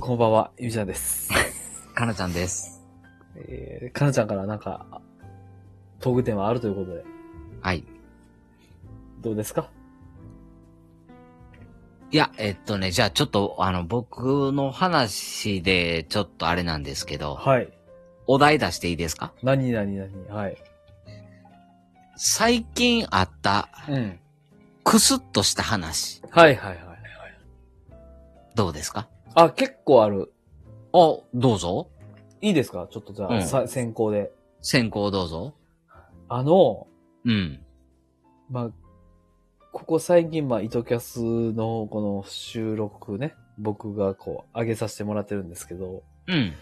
こんばんは、ゆみちゃんです。かなちゃんです。えー、かなちゃんからなんか、トークテーマあるということで、はい。どうですかいや、えっとね、じゃあちょっと、あの、僕の話で、ちょっとあれなんですけど、はい。お題出していいですか何何何はい。最近あった、うん。くすっとした話、はいはいはい。どうですかあ、結構ある。あ、どうぞ。いいですかちょっとじゃあ、うんさ先行で。先行どうぞ。あの、うん。まあ、ここ最近、まあ、糸キャスのこの収録ね、僕がこう、上げさせてもらってるんですけど、うん。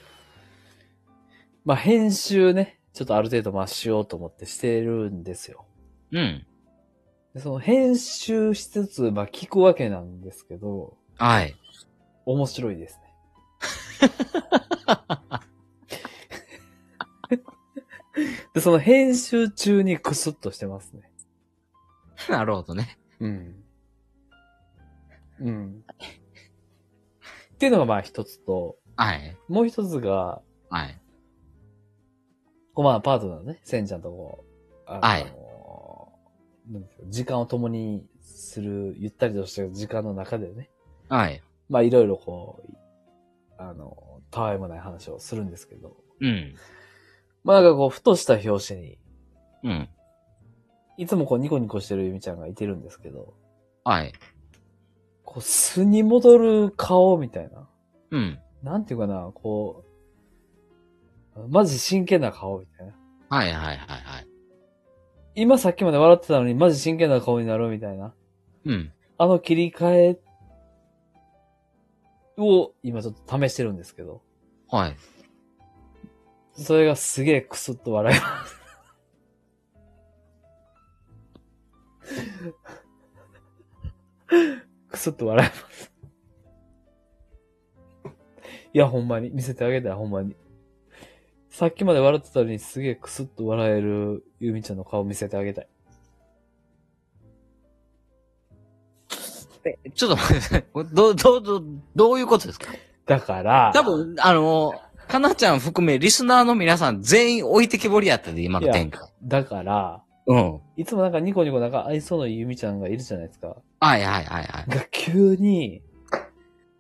まあ、編集ね、ちょっとある程度、まあ、しようと思ってしてるんですよ。うん。でその編集しつつ、まあ、聞くわけなんですけど、はい。 面白いですね。で、その編集中にクスッとしてますね。なるほどね。うん。うん。っていうのがまあ一つと、はい。もう一つが、はい。こうまあパートナーのね、せんちゃんとこう、あのはいなんですか時間を共にする、ゆったりとした時間の中でね、はい。まあいろいろこう、あの、たわいもない話をするんですけど、うん。まあなんかこう、ふとした表紙に、うん。いつもこうニコニコしてるゆみちゃんがいてるんですけど、はい。こう素に戻る顔みたいな。うん。なんていうかな、こう、マジ真剣な顔みたいな。はいはいはいはい。今さっきまで笑ってたのにマジ真剣な顔になるみたいな。うん。あの切り替えを今ちょっと試してるんですけど、はい。それがすげえクスッと笑います。クスッと笑います。いや、ほんまに。見せてあげたい、ほんまに。さっきまで笑ってたのにすげえクスッと笑えるゆみちゃんの顔見せてあげたい。ちょっと待ってください。これどう、どう、どう、どういうことですかだから、多分、あの、かなちゃん含め、リスナーの皆さん全員置いてけぼりやったで、今の展開。だから、うん。いつもなんかニコニコなんか愛想のいいゆみちゃんがいるじゃないですか。はいはいはいはい。が急に、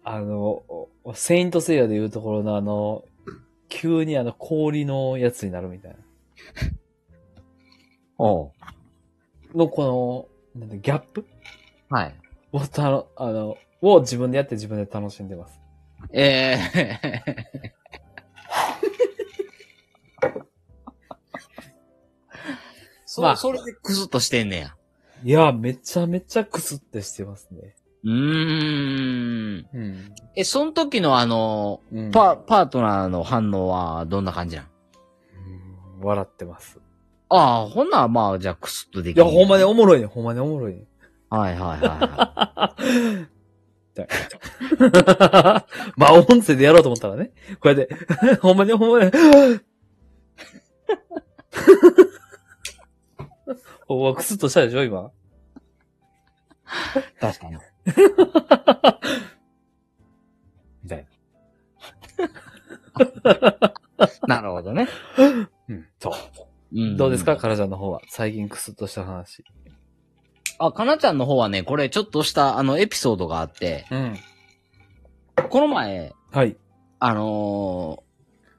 あの、おセイントセイヤで言うところのあの、急にあの氷のやつになるみたいな。おうの、この、なんだ、ギャップはい。をたの、あの、を自分でやって自分で楽しんでます。えー、 そ、まあそれでクスッとしてんねや。いや、めちゃめちゃクスってしてますね。うーん。うん。え、その時のあの、うん、パ、パートナーの反応はどんな感じなんうん笑ってます。ああ、ほんならまあ、じゃあクスッとでいきる。や、ほんまにおもろいね。ほんまにおもろいね。はいはいはいはみたいな まあ、音声でやろうと思ったらね。こうやって、 ほんまにほんまに、ほんまクスッとしたでしょ、今。い。確 かに。みたい なるほどね。な。うん。そう。うんどうですか、カラちゃんの方は。最近クスッとした話。あ、かなちゃんの方はね、これちょっとした、あの、エピソードがあって、うん。この前、はい。あの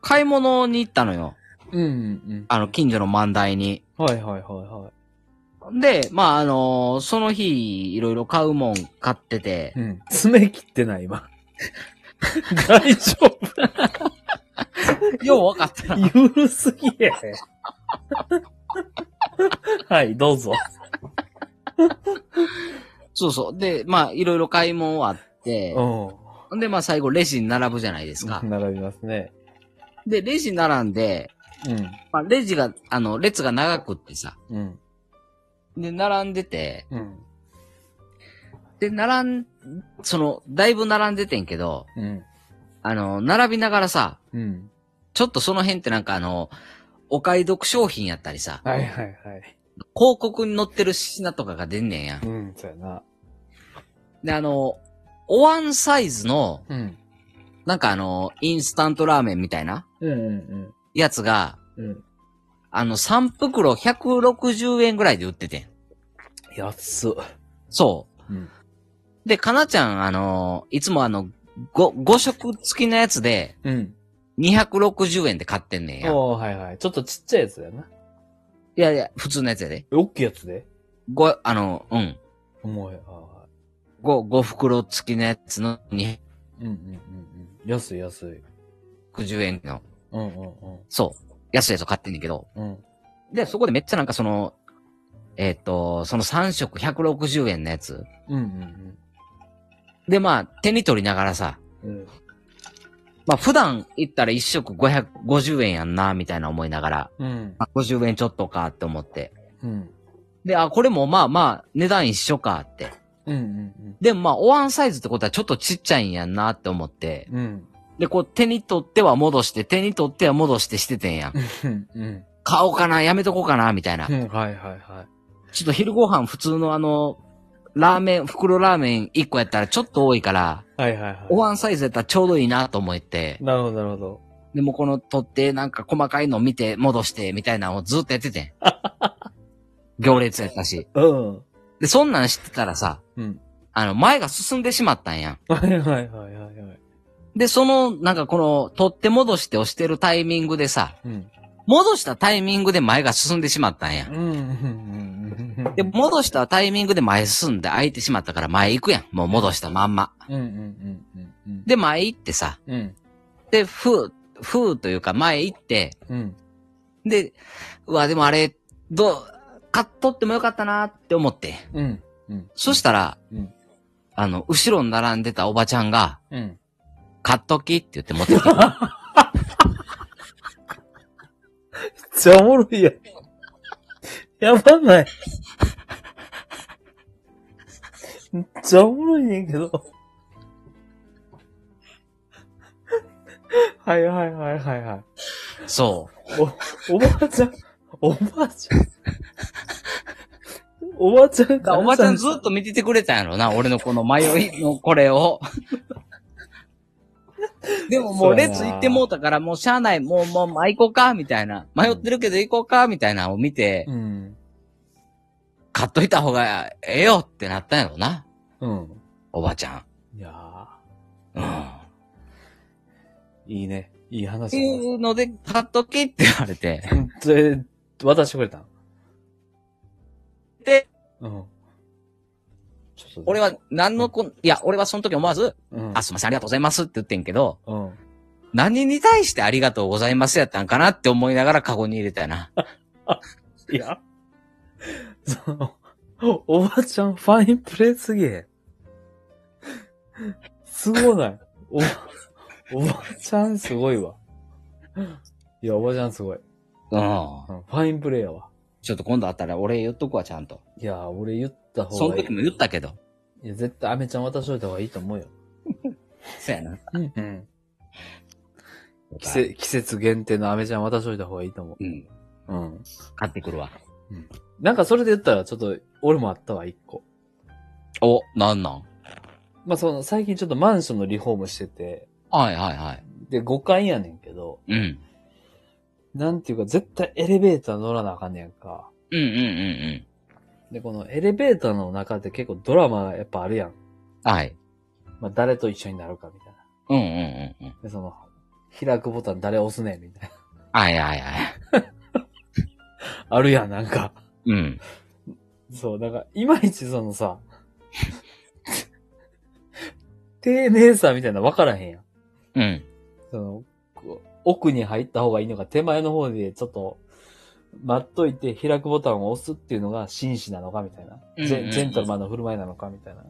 ー買い物に行ったのよ。うん、うん。あの、近所の漫台に。はいはいはいはで、まあ、あのーその日、いろいろ買うもん買ってて い。、うん。爪切ってない、今。大丈よう分かったな。夫。ゆるすぎや。はい、どうぞ。そうそう。で、まあ、いろいろ買い物あって、うで、まあ、最後、レジに並ぶじゃないですかん。。並びますね。で、レジ並んで、うん。まあ、レジが、あの、列が長くってさ、うん。で、並んでて、うん。で、並ん、その、だいぶ並んでてんけど、うん。あの、並びながらさ、うん。ちょっとその辺ってなんかあの、お買い得商品やったりさ、はいはいはい。広告に載ってる品とかが出んねんやう。ん、そうやな。で、あの、お椀サイズのうん。なんかあの、インスタントラーメンみたいなうんうんやつが、うん。うん。あの、3袋160円ぐらいで売っててん。安っ。そうん。う。で、かなちゃん、あの、いつもあの、5、5食付きのやつで、うん。 260円で買ってんねんや。いおーはいはい。ちょっとちっちゃいやつだよな。やいや、普通のやつやで。え大きいやつで5、あの、うん。重い。あ5、5袋付きのやつの260ーうんうんうんうん。安い安い。円の、うんうんそう。安いやつを買ってんねんけど。うん。うん。で、そこでめっちゃなんかその、えっ、と、その3食160円のやつ。うんうんで、まあ、手に取りながらさ、うん。うん。まあ普段行ったら1食550円やんな、みたいな思いながら、うん。あ50円ちょっとかって思って。うん。で、あ、これもまあまあ、値段一緒かって。うんうんでもまあ、お椀サイズってことはちょっとちっちゃいんやんなって思って。うん。うん。で、こう手に取っては戻して、手に取っては戻してしててんやん。うんうん。買おうかな、やめとこうかな、みたいな。うん。はいはいはい。ちょっと昼ご飯普通のあの、ラーメン、袋ラーメン1個やったらちょっと多いから、はいはいはい。お椀サイズやったらちょうどいいなと思って、なるほどなるほど。でもこの取ってなんか細かいの見て戻してみたいなのをずっとやっててん。行列やったし。うん。で、そんなんしてたらさ、うん。あの、前が進んでしまったんやん。はいはいはいはいはい。で、その、なんかこの、取って戻して押してるタイミングでさ、うん。戻したタイミングで前が進んでしまったんや。うんんうんうんうん。で、戻したタイミングで前進んで空いてしまったから前行くやん。もう戻したまんま。うんうんうんうんうん。で、前行ってさ、うん。で、ふう、ふうというか前行って、うん。で、うわ、でもあれ、どう、買っとってもよかったなって思って。うん。うん。そしたら、うんあの、後ろに並んでたおばちゃんが、うん。買っときって言って持ってきた。 じゃおもろいやん。やばない。めっちゃおもろいねんけど。はいはいはいはいはい。そお、おばあちゃん、おばあちゃん。おばあちゃんう。おばちゃんずっと見ててくれたんやろな、俺のこの迷いのこれ を。でももそううやな列行ってもうたから、もうしゃあない、もうもう、まあ行こうか、みたいな。迷ってるけど行こうか、みたいなのを見て、うん。買っといた方がええよってなったんやろな、うん。おばちゃいやーん。うん。いいね。いいっ話てだいな。うので、買っとけって言われて。うんで、渡してくれたんで、うん。ちょっと俺は、は何のこん、いや、俺はその時思わず、うん。あ、すいません、ありがとうございますって言ってんけど、うん。何に対してありがとうございますやったんかなって思いながらカゴに入れたよな。いや、その、おばちゃんファインプレーすげえ。すごない。おば、おばちゃんすごいわ。いや、おばちゃんすごい。うん。うんファインプレーやわ。ちょっと今度あったら俺言っとくわ、ちゃんと。いや、俺言ったそ方のがいい。時も言ったけど。いや、絶対アメちゃん渡しといた方がいいと思うよ。そうやな。うん。季節季節限定のアメちゃん渡しといた方がいいと思うん。う。うん。買ってくるわ。なんかそれで言ったら、ちょっと、俺もあったわ、一個。お、なんなんまあ、その、最近ちょっとマンションのリフォームしてて、はいはいはい。で、5階やねんけど、うん。なんていうか、絶対エレベーター乗らなあかんねやんか。うんうんうんで、このエレベーターの中って結構ドラマがやっぱあるやん。うん。はい。まあ、誰と一緒になるかみたいな。うんうんうんうん。で、その、開くボタン誰押すねんみたいはいはいはい。な。 あるやん、なんか。うん。そう、だから、いまいちそのさ、丁寧さみたいなの分からへんやん。うん。その、こう奥に入った方がいいのか、手前の方でちょっと、待っといて開くボタンを押すっていうのが紳士なのかみたいな。ジうんェうんうんジェントルマンの振る舞いなのかみたいな。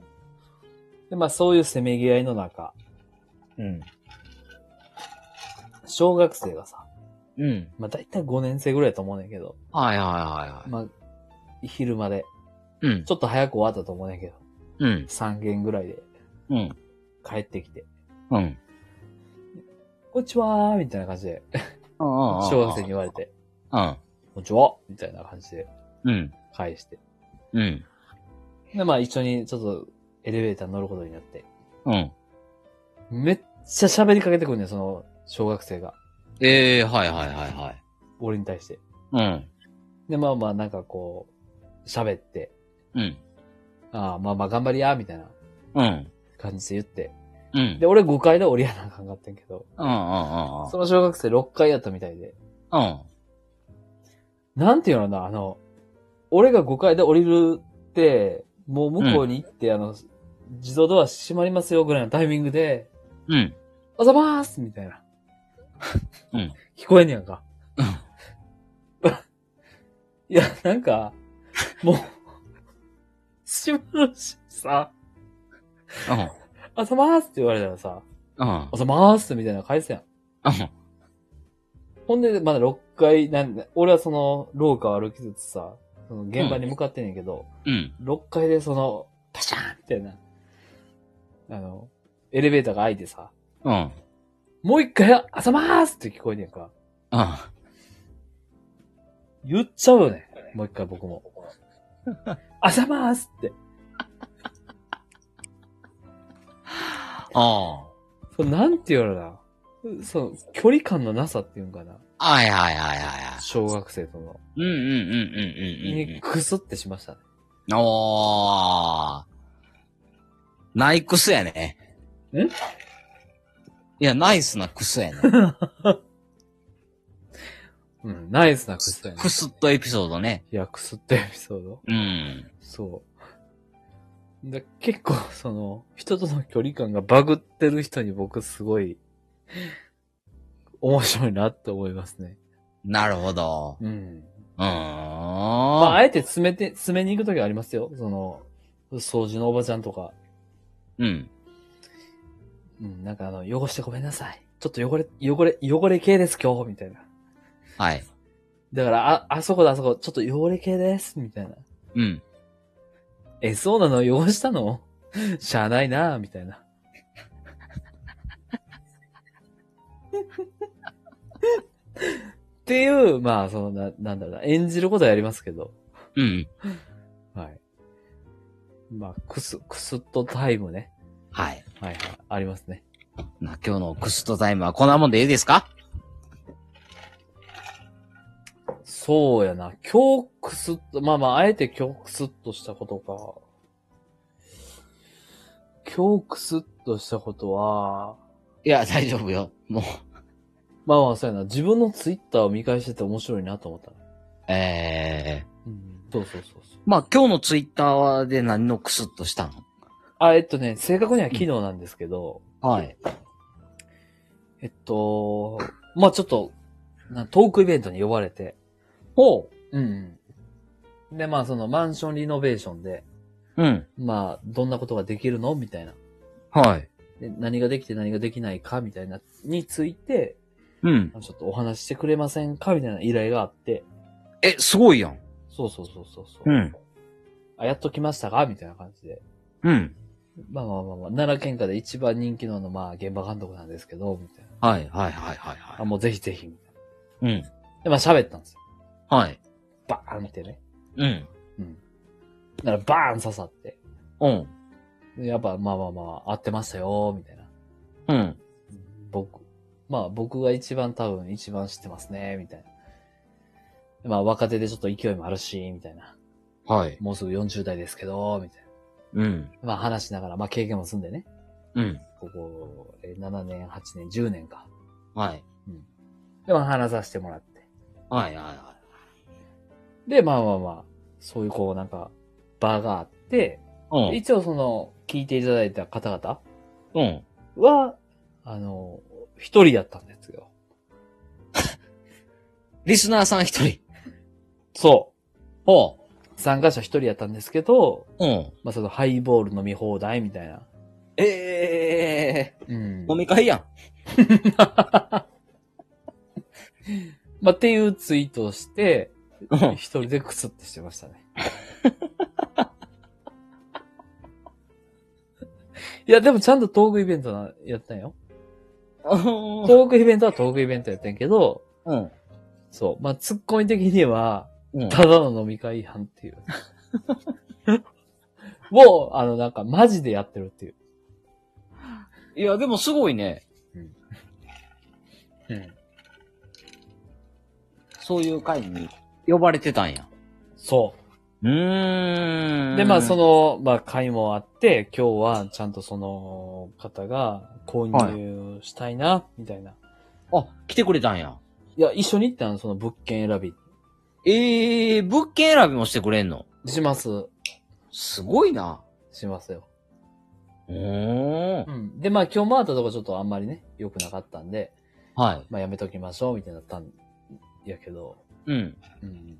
で、まあそういうせめぎ合いの中、うん。小学生がさ、うん。まあ大体5年生ぐらいだと思うねんけど、はいはいはいはい。まあ、昼まで、うん。ちょっと早く終わったと思うねんけど、うん。 3軒ぐらいでうん。帰ってきて、うん。こんにちはーみたいな感じで、小小学生に言われて、うん。こんにちはみたいな感じでうん。返して。うん。で、まあ一緒にちょっとエレベーターに乗ることになって、うん。めっちゃ喋りかけてくんねん、その、小学生が。ええはいはいはいはい。俺に対して。うん。で、まあまあ、なんかこう、喋って、うん。ああ、まあまあ頑張りや、みたいなうん。感じで言って。うん。で、俺5回で折りやなあかんかったんやけど、うんうんうんその小学生6回やったみたいで。うん。うん。なんていうのかな、あの、俺が5階で降りるって、もう向こうに行って、あの、自動ドア閉まりますよぐらいのタイミングで、うん。おざまーすみたいな。うん。聞こえんねやんか。うん いや、なんか、もう、閉まるしさ、うん。おざまーすって言われたらさ、うん。おざまーすみたいなの返すやん。うん。ほんで、まだ6階、なん俺はその、廊下を歩きつつさ、その現場に向かってんねんけど、うん。 6階でその、パシャーンみたいな、あの、エレベーターが開いてさ、うん。もう一回、朝まーすって聞こえんねやんか。うん。言っちゃうよね。もう一回僕 も。朝まーすって。あそうなんて言うのかな。その、距離感のなさっていうんかな。あ。はいはいはいはいは小学生との。い。うんうんうんうんうんに、くすってしましたね。うん。おー。ナイクスやね。んいや、ナイスなクスや ね。うん、ナイスなくすやねク。スっとエピソードね。いや、くすってエピソード。うん。そう。だ結構、その、人との距離感がバグってる人に僕すごい、面白いなって思いますね。なるほど。うん。うーん。まあ、あえて詰めて、詰めに行くときありますよ。その、掃除のおばちゃんとか。うん。うん、なんかあの、汚してごめんなさい。ちょっと汚れ、汚れ、汚れ系です、今日、みたいな。はい。だから、あ、あそこだ、あそこ、ちょっと汚れ系です、みたいな。うん。え、そうなの汚したの しゃあないな、みたいな。 っていう、まあ、そのな、なんだろうな、演じることはやりますけど、うん。はい。まあ、くす、くすっとタイムね。はい。はいはい、ありますね。まあ今日のクストタイムはこんなもんでいいですかそうやな、今日くすっと、まあまあ、あえて今日くすっとしたことか。今日くすっとしたことは、いや、大丈夫よ。もう。まあまあ、そうやな。自分のツイッターを見返してて面白いなと思ったな。ええうん。そうそうそうそう。まあ今日のツイッターで何のクスッとしたのあ、えっとね、正確には昨日なんですけど、はい。えっと、まあちょっと、なトークイベントに呼ばれて。ほうん、うん。で、まあそのマンションリノベーションで、う。うん。まあどんなことができるのみたいな。はい。で何ができて何ができないかみたいな、について、うん。ちょっとお話ししてくれませんかみたいな依頼があって。え、すごいやん。そうそうそうそうそう。うん。あ、やっときましたかみたいな感じで。うん。まあまあまあまあ、奈良県下で一番人気のあの、まあ、現場監督なんですけど、みたいな。はい、はい、はい、はい。あ、もうぜひぜひ、みたいいうん。な。で、まあ喋ったんですよ。はい。バーンってね。うん。だからバーン刺さって。うん。でやっぱ、まあまあまあ、合ってましたよ、みたいな。うん。僕、まあ僕が一番多分一番知ってますね、みたいな。でまあ若手でちょっと勢いもあるし、みたいな。はい。もうすぐ40代ですけど、みたいうん。な。まあ話しながら、まあ経験も積んでね。うん。ここ、えー7年、8年、10年か。はい。で、まあ話させてもらって。はい、はい、はで、まあまあまあ、そういうこうなんか、場があって、い。一応その、聞いていただいた方々うん。うん。は、あの、一人やったんですよ。リスナーさん一人。そほう。参加者一人やったんですけど、う。うん。まあそのハイボール飲み放題みたいな。ええうん。飲み会やん。まあっていうツイートをして、うん。一人でクスってしてましたね。 いや、でもちゃんとトークイベントなやったんよ。トークイベントはトークイベントやったんやけど、うん。そう。まあ、ツッコミ的には、うん。ただの飲み会違反っていう。 もう、あの、なんか、マジでやってるっていう。いや、でもすごいね。うん。そういう会に呼ばれてたんや。そうーう。ん。で、まあ、そ、の、まあ、会もあって、今日はちゃんとその方が購入したいな、みたいな。あ、来てくれたんや。いや、一緒に行ったの、その物件選び。ええー、物件選びもしてくれんのします。すごいな。しますよ。おーう。ん。で、まあ、今日回ったとこちょっとあんまりね、良くなかったんで、はい。まあ、やめときましょう、みたいになったんやけど。うん。うん。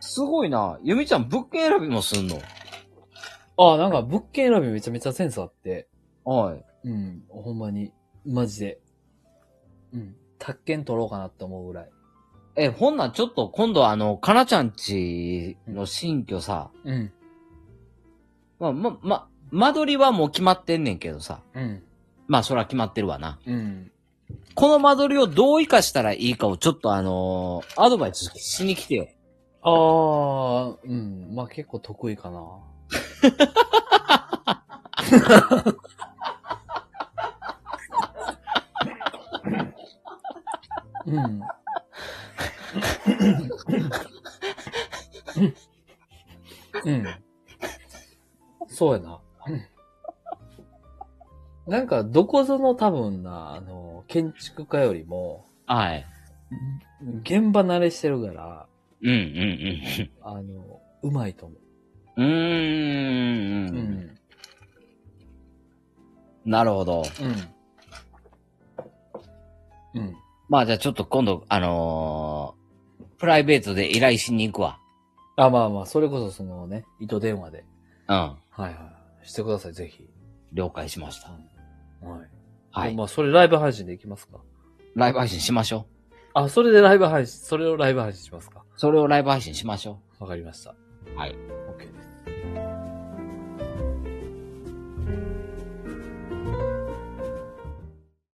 すごいな。ゆみちゃん、物件選びもすんのああ、なんか物件選びめちゃめちゃセンスあって。はい。うん、ほんまに、マジで。うん、宅建取ろうかなって思うぐらい。え、ほんなんちょっと今度あの、かなちゃんちの新居さ、うん、まあ、ま、ま、間取りはもう決まってんねんけどさ。うん、まあ、そら決まってるわな。うん。この間取りをどう生かしたらいいかをちょっとあのーアドバイスしに来てよ。ああ、うん、まあ結構得意かな。うん。うん。そうやな。うんなんか、どこぞの多分な、あの、建築家よりも、はい。現場慣れしてるから、うんうんあの、うまいと思うん。うーう。ん。なるほど。うん。うん。まあじゃあちょっと今度、あのープライベートで依頼しに行くわ。あ、まあまあ、それこそそのね、糸電話で。うん。はいはい。してください、ぜひ。了解しました。はい。はい。まあ、それライブ配信できますかライブ配信しましょあ、それでライブ配信、それをライブ配信しますかう。それをライブ配信しましょわかりました。う。はい。